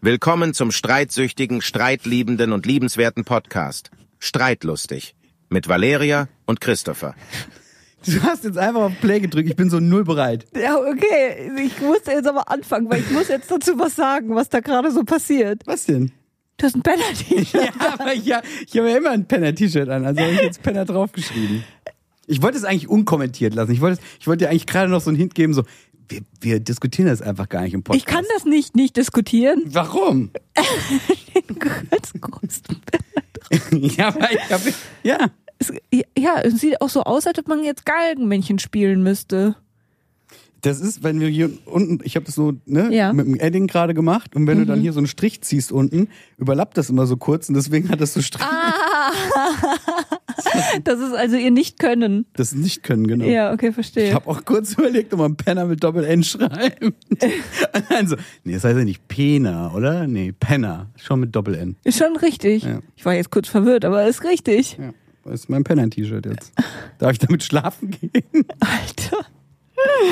Willkommen zum streitsüchtigen, streitliebenden und liebenswerten Podcast. Streitlustig. Mit Valeria und Christopher. Du hast jetzt einfach auf Play gedrückt. Ich bin so null bereit. Ja, okay. Ich muss jetzt aber anfangen, weil ich muss jetzt dazu was sagen, was da gerade so passiert. Was denn? Du hast ein Penalty. Ja, aber ich, ja, ich habe ja immer ein Penner-T-Shirt an. Also habe ich jetzt Penner draufgeschrieben. Ich wollte es eigentlich unkommentiert lassen. Ich wollte, es- ich wollte dir eigentlich gerade noch so einen Hint geben, so, wir, wir diskutieren das einfach gar nicht im Podcast. Ich kann das nicht nicht diskutieren. Warum? Den größten ja, weil ich hab, ja. es, ja, es sieht auch so aus, als ob man jetzt Galgenmännchen spielen müsste. Das ist, wenn wir hier unten, ich habe das so ne, Ja. mit dem Edding gerade gemacht und wenn du dann hier so einen Strich ziehst unten, überlappt das immer so kurz und deswegen hat das so Strich. Das ist also ihr Nicht-Können. Das nicht können, genau. Ja, okay, Ich verstehe. habe auch kurz überlegt, ob man Penner mit Doppel-N schreibt. also, nee, das heißt ja nicht Pena, oder? Nee, Penner. Schon mit Doppel-N. Ist schon richtig. Ja. Ich war jetzt kurz verwirrt, aber ist richtig. Ja, das ist mein Penner-T-Shirt jetzt. Darf ich damit schlafen gehen? Alter.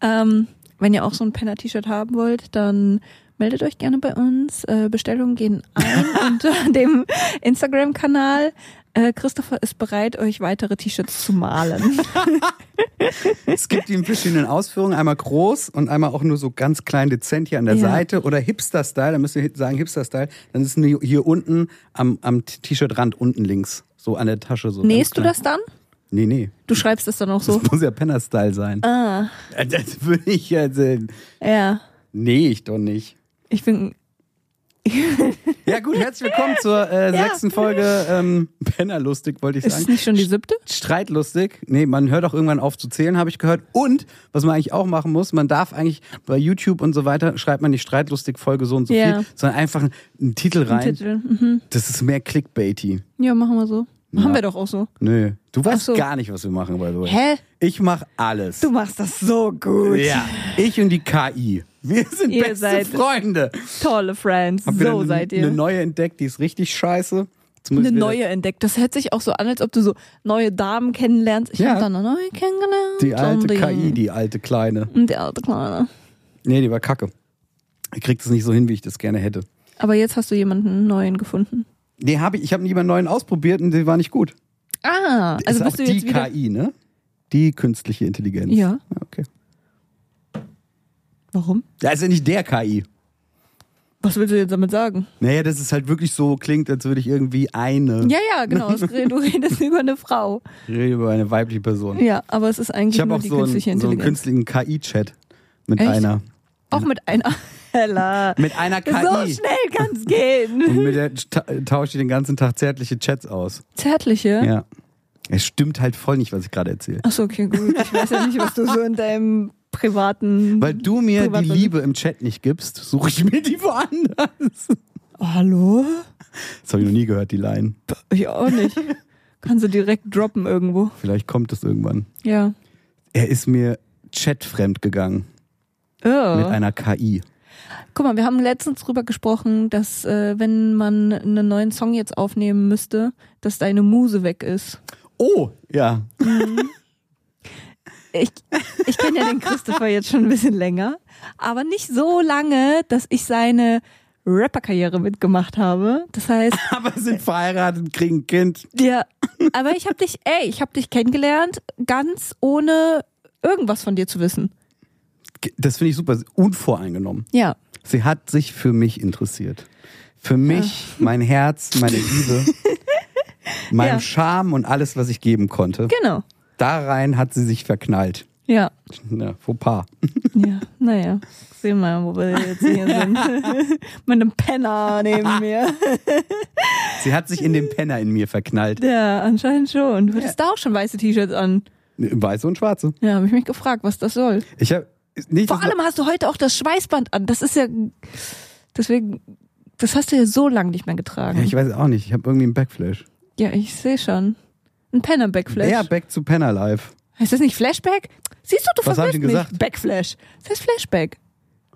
ähm, wenn ihr auch so ein Penner-T-Shirt haben wollt, dann meldet euch gerne bei uns. Äh, Bestellungen gehen ein unter dem Instagram-Kanal. Äh, Christopher ist bereit, euch weitere T-Shirts zu malen. Es gibt die in verschiedenen Ausführungen. Einmal groß und einmal auch nur so ganz klein dezent hier an der Ja. Seite. Oder Hipster-Style, da müsst ihr sagen Hipster-Style. Dann ist es hier unten am, am T-Shirt-Rand unten links. So an der Tasche. So Nähst du ganz das dann? klein. Nee, nee. Du schreibst das dann auch so. Das muss ja Penner-Style sein. Ah, Das würde ich ja sehen. ja. Nee, ich doch nicht. Ich bin. Ja gut, herzlich willkommen zur äh, Ja. sechsten Folge ähm, Pennerlustig, wollte ich Ist es sagen. nicht schon die siebte? Streitlustig. Nee, man hört auch irgendwann auf zu zählen, habe ich gehört. Und, was man eigentlich auch machen muss, man darf eigentlich bei YouTube und so weiter, schreibt man nicht Streitlustig Folge so und so Ja. viel, sondern einfach einen Titel rein. Titel. Mhm. Das ist mehr Clickbaity. Ja, machen wir so. Ja. Machen wir doch auch so. Nö, du weißt so. gar nicht, was wir machen, by the way. Hä? Ich mache alles. Du machst das so gut. ja. Ich und die KI. Wir sind Ihr beste seid- Freunde. Tolle Friends. Hab wieder so eine, seid ihr. Eine neue entdeckt, die ist richtig scheiße. Jetzt muss eine ich wieder- neue entdeckt. Das hört sich auch so an, als ob du so neue Damen kennenlernst. Ich Ja. habe da eine neue kennengelernt. Die alte Und KI, die alte Kleine. Und die alte Kleine. Nee, die war kacke. Ich krieg das nicht so hin, wie ich das gerne hätte. Aber jetzt hast du jemanden neuen gefunden. Nee, hab ich, ich habe lieber einen neuen ausprobiert und die war nicht gut. Ah, also ist bist auch du die jetzt wieder. KI, ne? Die künstliche Intelligenz. Ah, Ja. Okay. Warum? Ja, ist ja nicht der KI. Was willst du jetzt damit sagen? Naja, dass es halt wirklich so klingt, als würde ich irgendwie eine Ja, ja, genau. Es- Du redest über eine Frau. rede über eine weibliche Person. Ja, aber es ist eigentlich Ich habe nur auch die so einen, so künstliche einen Intelligenz. künstlichen KI-Chat mit Echt? einer. auch mit einer. Hella. Mit einer So KI. schnell kann's gehen. und mit der ta- tausche ich den ganzen Tag zärtliche Chats aus. Zärtliche. Ja. Es stimmt halt voll nicht, was ich gerade erzähle. Achso, okay, gut. Ich weiß ja nicht, was du so in deinem privaten. Weil du mir die Privatperson. Liebe im Chat nicht gibst, suche ich mir die woanders. oh, hallo? Das habe ich noch nie gehört, die Line. Ich auch nicht. Kann sie direkt droppen irgendwo. Vielleicht kommt es irgendwann. Ja. Er ist mir chatfremd gegangen mit Oh. einer KI. Guck mal, wir haben letztens drüber gesprochen, dass äh, wenn man einen neuen Song jetzt aufnehmen müsste, dass deine Muse weg ist. Oh, ja. Ich, ich kenne ja den Christopher jetzt schon ein bisschen länger, aber nicht so lange, dass ich seine Rapperkarriere mitgemacht habe. Das heißt, Aber sind verheiratet und kriegen ein Kind. Ja, aber ich hab dich, ey, ich hab dich kennengelernt, ganz ohne irgendwas von dir zu wissen. Das finde ich super. Unvoreingenommen. Ja. Sie hat sich für mich interessiert. Für mich, mein Herz, meine Liebe, meinem Ja. Charme und alles, was ich geben konnte. Genau. Da rein hat sie sich verknallt. Ja. Ja, Fauxpas. Ja. Naja. Sehen wir mal, wo wir jetzt hier sind. Mit einem Penner neben mir. Sie hat sich in den Penner in mir verknallt. Ja, anscheinend schon. Du hattest da auch schon weiße T-Shirts an. Weiße und schwarze. Ja, habe ich mich gefragt, was das soll. Ich habe nicht. Vor das- allem hast du heute auch das Schweißband an. Das ist ja. Deswegen. Das hast du ja so lange nicht mehr Ja, getragen. ich weiß auch nicht. Ich habe irgendwie einen Backflash. Ja, ich sehe schon. Ein Penner-Backflash. Ja, back zu Penner Live. Heißt das nicht Flashback? Siehst du, du Was hab ich verwirrst denn mich. gesagt? Backflash. Das heißt Flashback.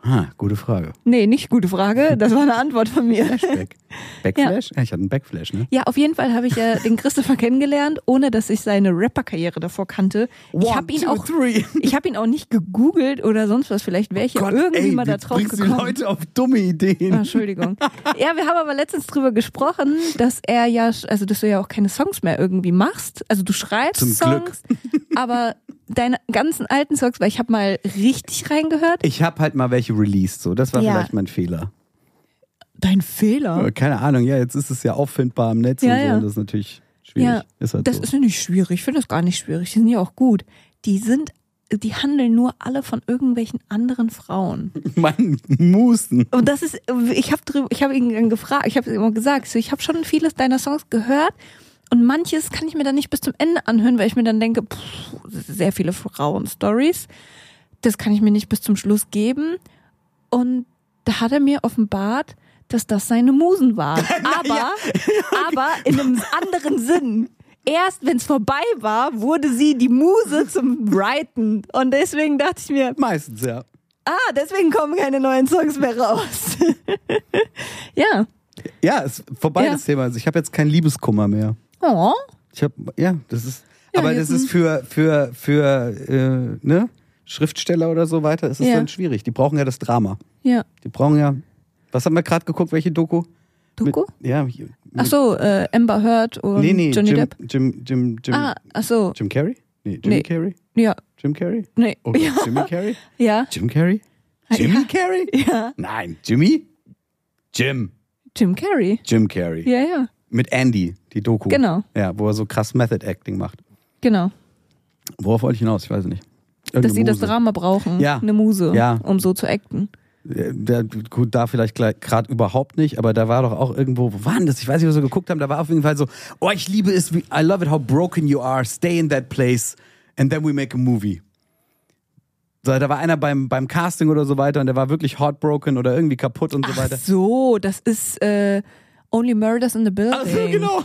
Ha, gute Frage. Nee, nicht gute Frage. Das war eine Antwort von mir. Flashback. Backflash? Ja. Ich hatte einen Backflash, ne? Ja, auf jeden Fall habe ich äh, den Christopher kennengelernt, ohne dass ich seine Rapper-Karriere davor kannte. ich One, habe ihn two, auch, three. Oh ich habe ihn auch nicht gegoogelt oder sonst was. Vielleicht wäre ich ja irgendwie ey, mal da jetzt drauf bringst du die gekommen. Leute auf dumme Ideen. Ah, Entschuldigung. ja, wir haben aber letztens drüber gesprochen, dass er ja, also dass du ja auch keine Songs mehr irgendwie machst. Also du schreibst Zum Glück. Songs, aber deine ganzen alten Songs, weil ich habe mal richtig reingehört. Ich habe halt mal welche released, so. Das war Ja. vielleicht mein Fehler. Dein Fehler. Aber keine Ahnung, ja, jetzt ist es ja auffindbar im Netz Ja, und so. ja. Und das ist natürlich schwierig. Ja, ist halt das so. ist ja nicht schwierig. Ich finde das gar nicht schwierig. Die sind ja auch gut. Die sind, die handeln nur alle von irgendwelchen anderen Frauen. mein Musen. Und das ist, ich habe drüber, ich habe ihn dann gefragt, ich habe immer gesagt, so, ich habe schon vieles deiner Songs gehört und manches kann ich mir dann nicht bis zum Ende anhören, weil ich mir dann denke, pff, sehr viele Frauen-Stories, das kann ich mir nicht bis zum Schluss geben. Und da hat er mir offenbart, dass das seine Musen waren. Aber, aber in einem anderen Sinn. Erst wenn es vorbei war, wurde sie die Muse zum Writen. Und deswegen dachte ich mir, Meistens, ja. Ah, deswegen kommen keine neuen Songs mehr raus. ja. Ja, ist vorbei Ja. das Thema. Also ich habe jetzt keinen Liebeskummer mehr. Oh. Ich habe ja, das ist. Ja, aber wir das sind- ist für für für äh, ne Schriftsteller oder so weiter. Ist es Ja. dann schwierig. Die brauchen ja das Drama. Ja. Die brauchen ja. Was haben wir gerade geguckt? Welche Doku? Doku? Mit, ja. Mit, Ach so, äh, Amber Heard und nee, nee. Johnny Jim, Depp. Jim Jim Jim Ah, ach so. Jim Carrey? Nee, Jimmy Nee. Carrey? Ja. Jim Carrey? Nee. Okay, Ja. Jimmy Carrey? Ja. Jim Carrey? Jimmy Carrey? Ja. Nein, Jimmy? Jim. Jim Carrey. Jim Carrey. Ja, ja. Mit Andy, die Doku. Genau. Ja, wo er so krass Method Acting macht. Genau. Worauf wollte ich hinaus? Ich weiß es nicht. Dass Irgendeine sie das Muse. Drama brauchen. Ja. Eine Muse. Ja. Um so zu acten. Äh, Da, gut, da vielleicht gerade überhaupt nicht, aber da war doch auch irgendwo, wo waren das? Ich weiß nicht, was wir so geguckt haben. Da war auf jeden Fall so, oh, ich liebe es, wie, I love it how broken you are, stay in that place and then we make a movie. So, da war einer beim, beim Casting oder so weiter und der war wirklich heartbroken oder irgendwie kaputt und so Ach weiter. so, das ist äh, Only Murders in the Building. Ach so, genau.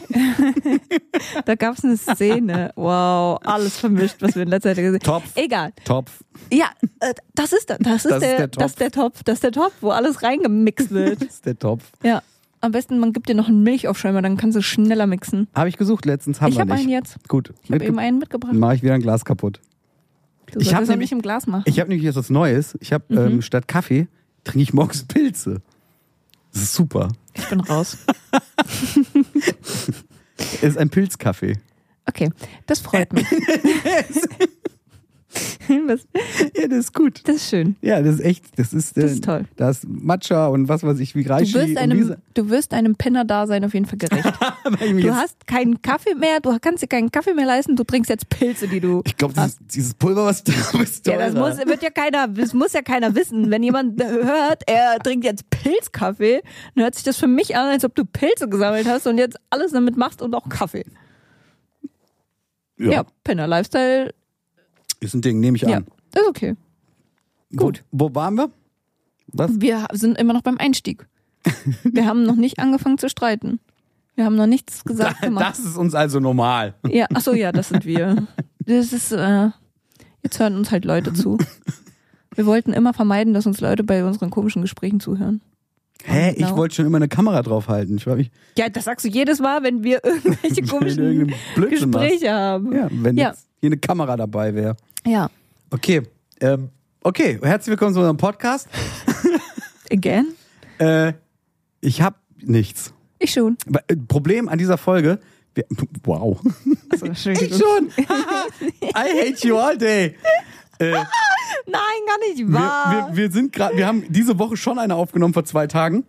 Da gab's eine Szene. Wow, alles vermischt, was wir in letzter Zeit gesehen haben. Topf. Egal. Topf. Ja, äh, das ist, das ist, ist der, der Topf. das ist der Topf, das ist der Topf, wo alles reingemixt wird. Das ist der Topf. ja. Am besten, man gibt dir noch einen Milchaufschäumer, dann kannst du schneller mixen. Habe ich gesucht letztens, haben Ich wir hab nicht. einen jetzt. Gut. Ich habe eben einen mitgebracht. Mache ich wieder ein Glas kaputt. Du Ich hab solltest nämlich- nämlich im Glas machen. Ich habe nämlich jetzt was Neues. Ich Mhm. habe ähm, statt Kaffee trinke ich morgens Pilze. Das ist super. Ich bin raus. Es ist ein Pilzkaffee. Okay, das freut mich. das, Ja, das ist gut. das ist schön. Ja, das ist echt, das ist, äh, Das ist toll. Da ist Matcha und was weiß ich, wie Du Reishi wirst und einem, Lisa. du wirst einem Penner-Dasein auf jeden Fall gerecht. Weil ich mich Du jetzt- hast keinen Kaffee mehr, du kannst dir keinen Kaffee mehr leisten, du trinkst jetzt Pilze, die du. ich glaube, dieses, dieses Pulver, was da ist, Ja, das teurer. muss, wird ja keiner, das muss ja keiner wissen. Wenn jemand hört, er trinkt jetzt Pilzkaffee, dann hört sich das für mich an, als ob du Pilze gesammelt hast und jetzt alles damit machst und auch Kaffee. ja, Ja, Penner Lifestyle, ist ein Ding, nehme ich ja, an. ist okay. gut. Wo, wo waren wir? Was? Wir sind immer noch beim Einstieg. Wir haben noch nicht angefangen zu streiten. Wir haben noch nichts gesagt gemacht. Das ist uns also normal. Ja, ach so, ja, das sind wir. Das ist, äh, jetzt hören uns halt Leute zu. Wir wollten immer vermeiden, dass uns Leute bei unseren komischen Gesprächen zuhören. Hä? Ich Genau. wollte schon immer eine Kamera draufhalten. Ich war mich, Ja, das sagst du jedes Mal, wenn wir irgendwelche Wenn du komischen irgendeinen Blödsinn Gespräche haben. ja, wenn Ja. jetzt hier eine Kamera dabei wäre. ja. Okay. Ähm, okay, herzlich willkommen zu unserem Podcast. Again? Äh, ich habe nichts. Ich schon. Aber, äh, Problem an dieser Folge. Wir, wow. Also, Ich schon. I hate you all day. Nein, gar nicht Wir, wahr. wir, wir sind gerade, wir haben diese Woche schon eine aufgenommen vor zwei Tagen,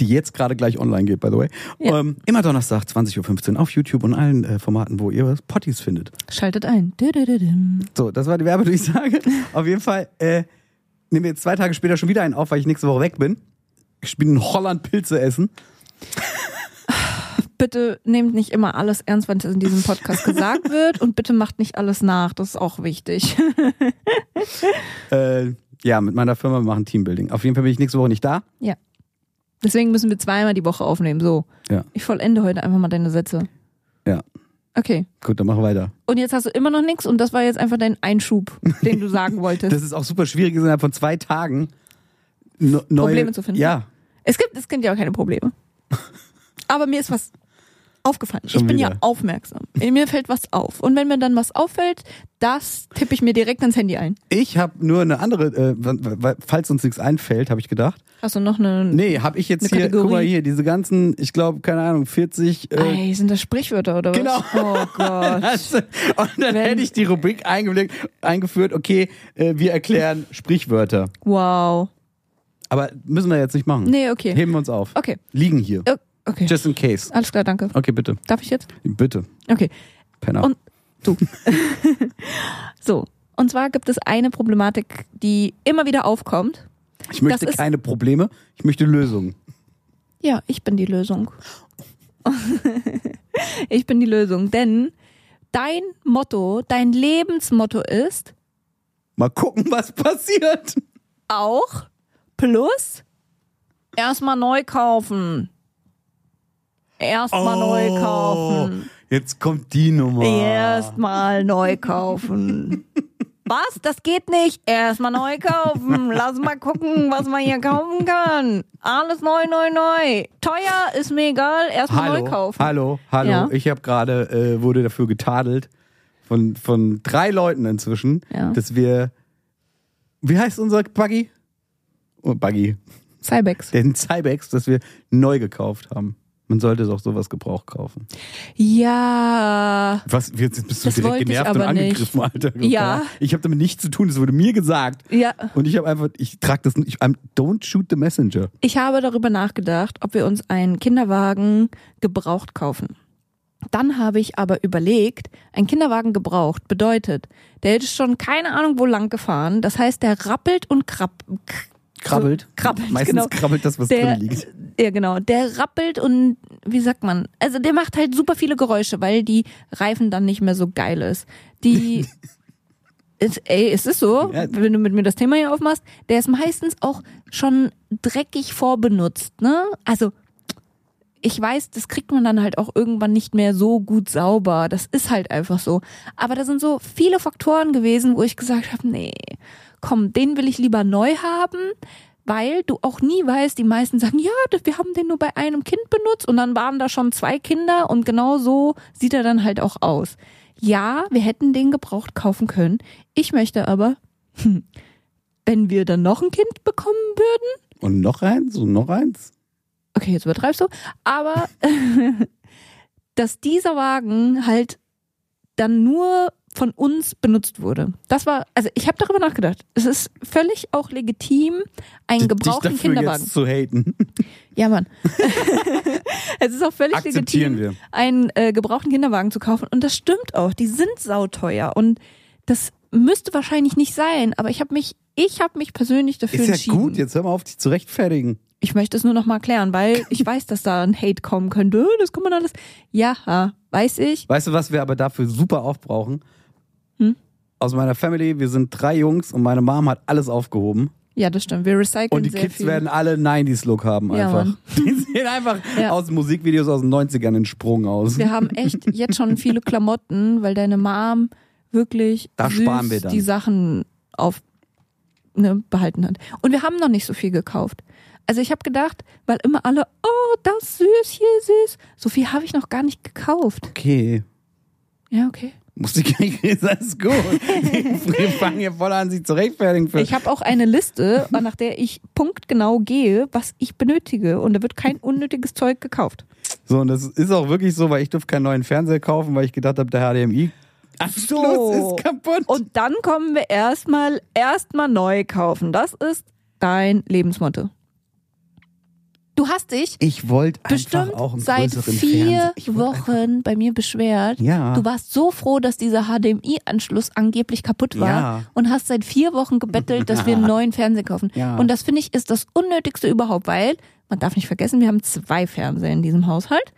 die jetzt gerade gleich online geht, by the way. Ja. Ähm, immer Donnerstag, 20.15 Uhr auf YouTube und allen äh, Formaten, wo ihr Potties findet. Schaltet ein. Dü-dü-dü-düm. So, das war die Werbedurchsage. Auf jeden Fall äh, nehmen wir jetzt zwei Tage später schon wieder einen auf, weil ich nächste Woche weg bin. Ich bin in Holland Pilze essen. Bitte nehmt nicht immer alles ernst, was in diesem Podcast gesagt wird und bitte macht nicht alles nach. Das ist auch wichtig. Äh, ja, mit meiner Firma wir machen Teambuilding. Auf jeden Fall bin ich nächste Woche nicht da. Ja. Deswegen müssen wir zweimal die Woche aufnehmen. So. Ja. Ich vollende heute einfach mal deine Sätze. Ja. Okay. Gut, dann mach weiter. Und jetzt hast du immer noch nichts und das war jetzt einfach dein Einschub, den du sagen wolltest. Das ist auch super schwierig, ist innerhalb von zwei Tagen ne- neue, Probleme zu finden. Ja, es, gibt, es gibt ja auch keine Probleme. Aber mir ist was aufgefallen. Schon ich bin ja wieder. aufmerksam. Mir fällt was auf. Und wenn mir dann was auffällt, das tippe ich mir direkt ans Handy ein. Ich habe nur eine andere, äh, w- w- falls uns nichts einfällt, habe ich gedacht. Hast du noch eine... Nee, habe ich jetzt Eine hier, guck mal Kategorie. hier, diese ganzen, ich glaube, keine Ahnung, 40. Äh, Ey, sind das Sprichwörter oder Genau. was? Oh Gott. das, und dann hätte ich die Rubrik eingeblickt, eingeführt, okay, äh, wir erklären Sprichwörter. Wow. Aber müssen wir jetzt nicht machen. Nee, okay. Heben wir uns auf. Okay. Liegen hier. Oh, Okay. Just in case. Alles klar, danke. Okay, bitte. Darf ich jetzt? Bitte. Okay. Penner. Und- Du. so. Und zwar gibt es eine Problematik, die immer wieder aufkommt. ich möchte das ist- keine Probleme, ich möchte Lösungen. Ja, ich bin die Lösung. ich bin die Lösung, denn dein Motto, dein Lebensmotto ist Mal gucken, was passiert. auch plus erstmal neu kaufen. Erstmal Oh. neu kaufen. Jetzt kommt die Nummer. Erstmal neu kaufen. Was? Das geht nicht. Erstmal neu kaufen. Lass mal gucken, was man hier kaufen kann. Alles neu, neu, neu. Teuer ist mir egal. Erstmal neu Hallo, kaufen. hallo, hallo. Ja. Ich habe gerade, äh, wurde dafür getadelt von, von drei Leuten inzwischen, Ja. dass wir, wie heißt unser Buggy? Oh, Buggy, Cybex. den Cybex, dass wir neu gekauft haben. Man sollte doch sowas Gebrauch kaufen. Ja. Was, jetzt bist du Das direkt wollte ich genervt und aber nicht. angegriffen, Alter. Ja. Ich habe damit nichts zu tun, das wurde mir gesagt. Ja. Und ich habe einfach, ich trage das, ich, I'm, don't shoot the messenger. Ich habe darüber nachgedacht, ob wir uns einen Kinderwagen gebraucht kaufen. Dann habe ich aber überlegt, ein Kinderwagen gebraucht bedeutet, der ist schon keine Ahnung wo lang gefahren. Das heißt, der rappelt und krabb Krabbelt. krabbelt, Meistens genau. krabbelt das, was der, drin liegt. Ja, genau. Der rappelt und wie sagt man? Also der macht halt super viele Geräusche, weil die Reifen dann nicht mehr so geil ist. Die ist, ey, es ist so, Ja. wenn du mit mir das Thema hier aufmachst, der ist meistens auch schon dreckig vorbenutzt, ne? Also ich weiß, das kriegt man dann halt auch irgendwann nicht mehr so gut sauber. Das ist halt einfach so. Aber da sind so viele Faktoren gewesen, wo ich gesagt habe, nee, komm, den will ich lieber neu haben, weil du auch nie weißt, die meisten sagen, ja, das- wir haben den nur bei einem Kind benutzt und dann waren da schon zwei Kinder und genau so sieht er dann halt auch aus. Ja, wir hätten den gebraucht kaufen können. Ich möchte aber, hm, wenn wir dann noch ein Kind bekommen würden, Und noch eins und noch eins. okay, jetzt übertreibst du, aber dass dieser Wagen halt dann nur von uns benutzt wurde. Das war, also ich habe darüber nachgedacht. Es ist völlig auch legitim, einen Dich- gebrauchten dich dafür Kinderwagen. Jetzt zu haten. Ja, Mann. es ist auch völlig Akzeptieren wir. legitim, einen äh, gebrauchten Kinderwagen zu kaufen. Und das stimmt auch. Die sind sauteuer. Und das müsste wahrscheinlich nicht sein. Aber ich habe mich, ich habe mich persönlich dafür Ist ja entschieden. gut, jetzt hör mal auf, dich zu rechtfertigen. Ich möchte es nur noch mal erklären, weil ich weiß, dass da ein Hate kommen könnte. Das kann man alles. Ja, weiß ich. Weißt du, was wir aber dafür super aufbrauchen? Hm? Aus meiner Family, wir sind drei Jungs und meine Mom hat alles aufgehoben. Ja, das stimmt. Wir recyceln Und die sehr Kids viel. werden alle 90s-Look haben Ja, einfach. Mann. Die sehen einfach Ja. aus Musikvideos aus den 90ern in Sprung aus. wir haben echt jetzt schon viele Klamotten, weil deine Mom wirklich Da süß sparen wir dann. die Sachen auf ne, behalten hat. Und wir haben noch nicht so viel gekauft. Also ich habe gedacht, weil immer alle, oh, das süß, hier süß. So viel habe ich noch gar nicht gekauft. Okay. Ja, okay. Muss ich das ist gut. Wir fangen hier voll an, sich zu rechtfertigen. Für. Ich habe auch eine Liste, nach der ich punktgenau gehe, was ich benötige. Und da wird kein unnötiges Zeug gekauft. So, und das ist auch wirklich so, weil ich durfte keinen neuen Fernseher kaufen, weil ich gedacht habe, der HDMI. Anschluss ist kaputt. Und dann kommen wir erstmal erstmal neu kaufen. Das ist dein Lebensmotto. Du hast dich Ich wollte bestimmt einfach auch einen seit größeren vier Fernseher. Ich wollt einfach- Wochen bei mir beschwert. Ja. Du warst so froh, dass dieser HDMI-Anschluss angeblich kaputt war Ja. und hast seit vier Wochen gebettelt, dass wir einen neuen Fernseher kaufen. Ja. Und das finde ich ist das Unnötigste überhaupt, weil man darf nicht vergessen, wir haben zwei Fernseher in diesem Haushalt.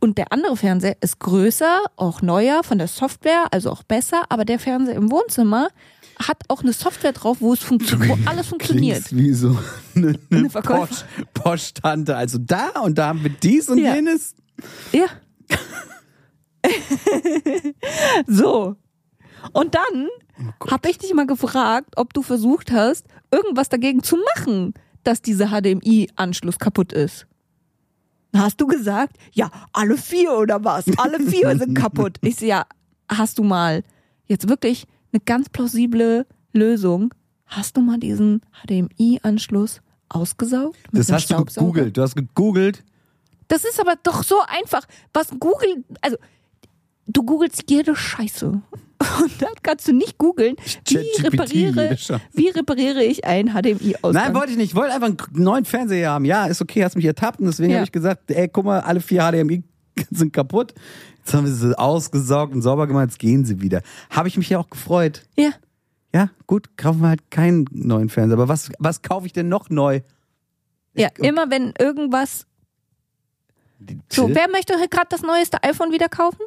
Und der andere Fernseher ist größer, auch neuer von der Software, also auch besser, aber der Fernseher im Wohnzimmer hat auch eine Software drauf, wo es funktioniert, wo alles funktioniert. Klingst wie so eine, eine Eine Verkäufer- Posch- Posch-Tante. also da und da haben wir dies und Ja. jenes. Ja. So. Und dann Oh habe ich dich mal gefragt, ob du versucht hast, irgendwas dagegen zu machen, dass dieser HDMI-Anschluss kaputt ist. Dann Hast du gesagt, ja, alle vier oder was? Alle vier sind kaputt. Ich so, ja, hast du mal jetzt wirklich eine ganz plausible Lösung? Hast du mal diesen HDMI-Anschluss ausgesaugt? mit Das einem hast du Staubsauger? gegoogelt. Du hast gegoogelt. Das ist aber doch so einfach. Was Google, also du googelst jede Scheiße. Und dann kannst du nicht googeln, wie ChatGPT repariere, jede Scheiße. wie repariere ich einen HDMI-Ausgang. Nein, wollte ich nicht. Ich wollte einfach einen neuen Fernseher haben. Ja, ist okay, hast mich ertappt und deswegen Ja. habe ich gesagt, ey, guck mal, alle vier HDMI sind kaputt. Jetzt haben wir sie ausgesaugt und sauber gemacht, jetzt gehen sie wieder. Habe ich mich ja auch gefreut. ja, Ja, gut, kaufen wir halt keinen neuen Fernseher. Aber was, was kaufe ich denn noch neu? ja immer wenn irgendwas. So, wer möchte gerade das neueste iPhone wieder kaufen?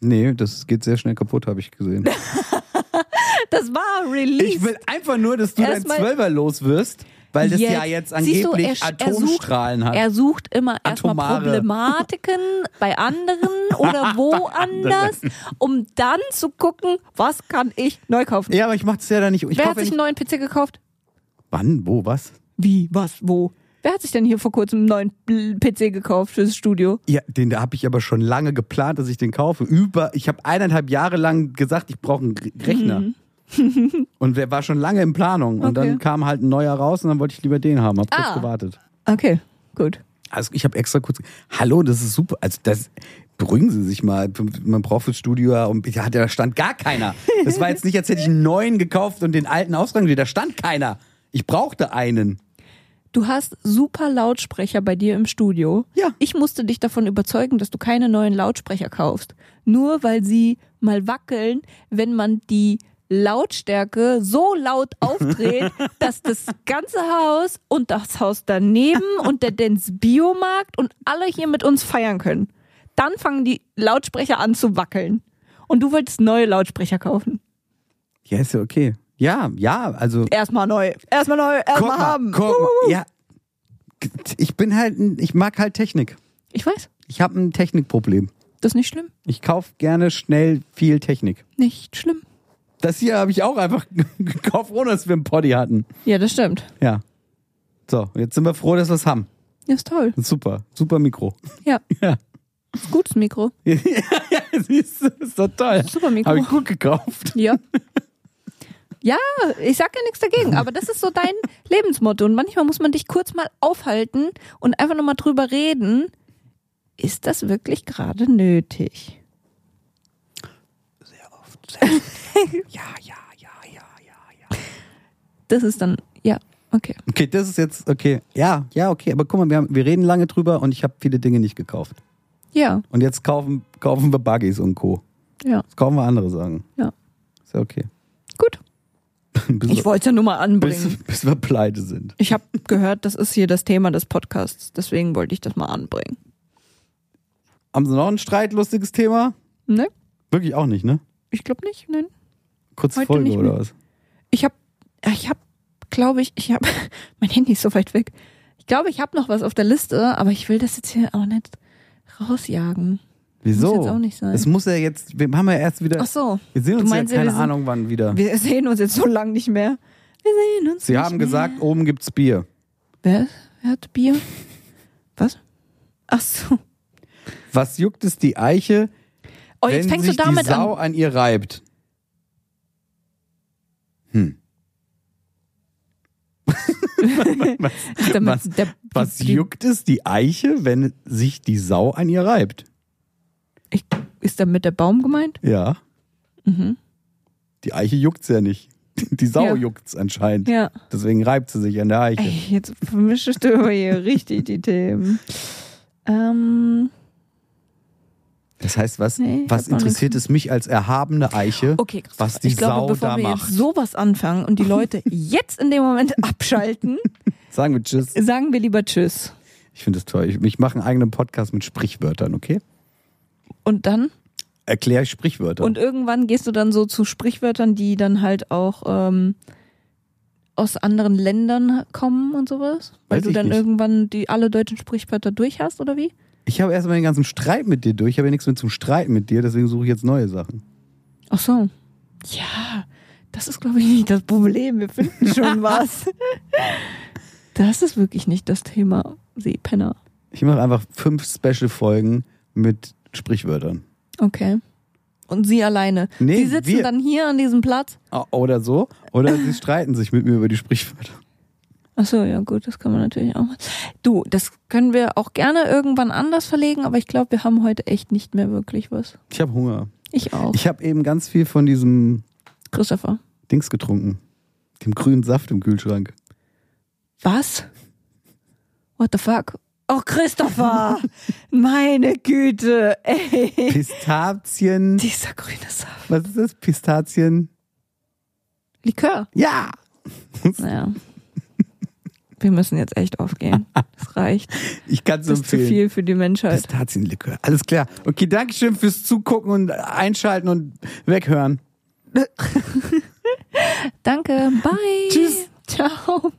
Nee, das geht sehr schnell kaputt, habe ich gesehen. Das war Release. Ich will einfach nur, dass du dein Erstmal- Zwölfer los wirst, weil das ja jetzt Siehst du, angeblich er- er sucht- Atomstrahlen hat. Er sucht immer erstmal Atomare. Problematiken bei anderen oder woanders, um dann zu gucken, was kann ich neu kaufen. ja, aber ich mache das ja da nicht. Ich Wer kauf hat ja sich einen nicht neuen PC gekauft? Wann? Wo? Was? Wie, was, wo? Wer hat sich denn hier vor kurzem einen neuen Bl- PC gekauft fürs Studio? Ja, den habe ich aber schon lange geplant, dass ich den kaufe. Über, ich habe eineinhalb Jahre lang gesagt, ich brauche einen Re- Rechner. und wer war schon lange in Planung. Und Mhm. Okay. dann kam halt ein neuer raus und dann wollte ich lieber den haben. Hab kurz Ah. gewartet. Okay, gut. Also ich habe extra kurz. Hallo, das ist super. Also das beruhigen Sie sich mal. Man braucht fürs Studio ja- und ja, da stand gar keiner. Das war jetzt nicht, als hätte ich einen neuen gekauft und den alten ausgegangen. Da stand keiner. Ich brauchte einen. Du hast super Lautsprecher bei dir im Studio. Ja. Ich musste dich davon überzeugen, dass du keine neuen Lautsprecher kaufst. Nur weil sie mal wackeln, wenn man die Lautstärke so laut aufdreht, dass das ganze Haus und das Haus daneben und der Dance Biomarkt und alle hier mit uns feiern können. Dann fangen die Lautsprecher an zu wackeln. Und du wolltest neue Lautsprecher kaufen. Ja, ist ja okay. Ja, ja, also. Erstmal neu. Erstmal neu. guck Erstmal haben. guck mal. Ja. Ich bin halt, ein- ich mag halt Technik. Ich weiß. Ich habe ein Technikproblem. Das ist nicht schlimm. Ich kaufe gerne schnell viel Technik. Nicht schlimm. Das hier habe ich auch einfach gekauft, ohne dass wir einen Poddy hatten. Ja, das stimmt. Ja. So, jetzt sind wir froh, dass wir es haben. Ja, ist toll. Super, super Mikro. Ja, Ja. ist gutes Mikro. ja, siehst du, ist doch toll. Super Mikro. Habe ich gut gekauft. Ja. Ja, ich sag ja nichts dagegen, aber das ist so dein Lebensmotto. Und manchmal muss man dich kurz mal aufhalten und einfach nochmal drüber reden. Ist das wirklich gerade nötig? Ja, ja, ja, ja, ja, ja. Das ist dann, ja, okay. Okay, das ist jetzt, okay. Ja, ja, okay. Aber guck mal, wir, haben, wir reden lange drüber und ich habe viele Dinge nicht gekauft. Ja, Und jetzt kaufen, kaufen wir Buggies und Co. ja, Jetzt kaufen wir andere Sachen. ja. Ist ja okay. Gut. bis, Ich wir, wollte es ja nur mal anbringen. bis, bis wir pleite sind. Ich habe gehört, das ist hier das Thema des Podcasts. Deswegen wollte ich das mal anbringen. Haben Sie noch ein streitlustiges Thema? Ne? Wirklich auch nicht, ne? Ich glaube nicht. Nein. Kurze Heute Folge nicht oder mehr. was? Ich habe, ich habe, glaube ich, ich habe, mein Handy ist so weit weg. Ich glaube, ich habe noch was auf der Liste, aber ich will das jetzt hier auch nicht rausjagen. Wieso? jetzt auch nicht sein. Es muss ja jetzt, wir haben ja erst wieder. Ach so. Wir sehen Du uns ja meinst ja, keine wir sind- Ahnung wann wieder. Wir sehen uns jetzt so lang nicht mehr. Wir sehen uns. Sie nicht haben mehr. gesagt, oben gibt's Bier. Wer, wer hat Bier? Was? Ach so. Was juckt es die Eiche, Oh, wenn jetzt fängst du sich damit die Sau an. an ihr reibt? Damit was- der, Was die, juckt es die Eiche, wenn sich die Sau an ihr reibt? Ich, ist damit der Baum gemeint? Mhm. Ja. Die Eiche juckt's ja nicht. Die Sau Ja. juckt's anscheinend. Ja. Deswegen reibt sie sich an der Eiche. Ey, jetzt vermischst du aber hier richtig die Themen. Ähm, Das heißt, was, Nee, ich was hab noch Oh. interessiert es mich als erhabene Eiche, Okay, krass. was die ich glaube, Sau bevor da wir macht? jetzt sowas anfangen und die Leute jetzt in dem Moment abschalten, Sagen wir Tschüss. sagen wir lieber Tschüss. Ich finde das toll. Ich, ich mache einen eigenen Podcast mit Sprichwörtern, okay? Und dann? Erkläre ich Sprichwörter. Und irgendwann gehst du dann so zu Sprichwörtern, die dann halt auch ähm, aus anderen Ländern kommen und sowas? Weil Weiß du ich dann nicht. irgendwann die alle deutschen Sprichwörter durch hast, oder wie? Ich habe erstmal den ganzen Streit mit dir durch. Ich habe ja nichts mehr zum Streiten mit dir, deswegen suche ich jetzt neue Sachen. Ach so. Ja, das ist, glaube ich, nicht das Problem. Wir finden schon was. Das ist wirklich nicht das Thema Seepenner. Ich mache einfach fünf Special-Folgen mit Sprichwörtern. Okay. Und sie alleine. Nee, sie sitzen wir- dann hier an diesem Platz. O- Ah, Oder so. Oder sie streiten sich mit mir über die Sprichwörter. Ach so, ja gut, das kann man natürlich auch machen. Du, das können wir auch gerne irgendwann anders verlegen, aber ich glaube, wir haben heute echt nicht mehr wirklich was. Ich habe Hunger. Ich auch. Ich habe eben ganz viel von diesem Christopher. Dings getrunken. Dem grünen Saft im Kühlschrank. Was? What the fuck? Oh, Christopher! Meine Güte! Ey! Pistazien. Dieser grüne Saft. Was ist das? Pistazien? Likör. Ja! Hm? Naja. Wir müssen jetzt echt aufgehen. Das reicht. Ich kann es Das ist zu empfehlen. viel für die Menschheit. Pistazienlikör. Alles klar. Okay, Dankeschön fürs Zugucken und Einschalten und Weghören. Danke. Bye. Tschüss. Ciao.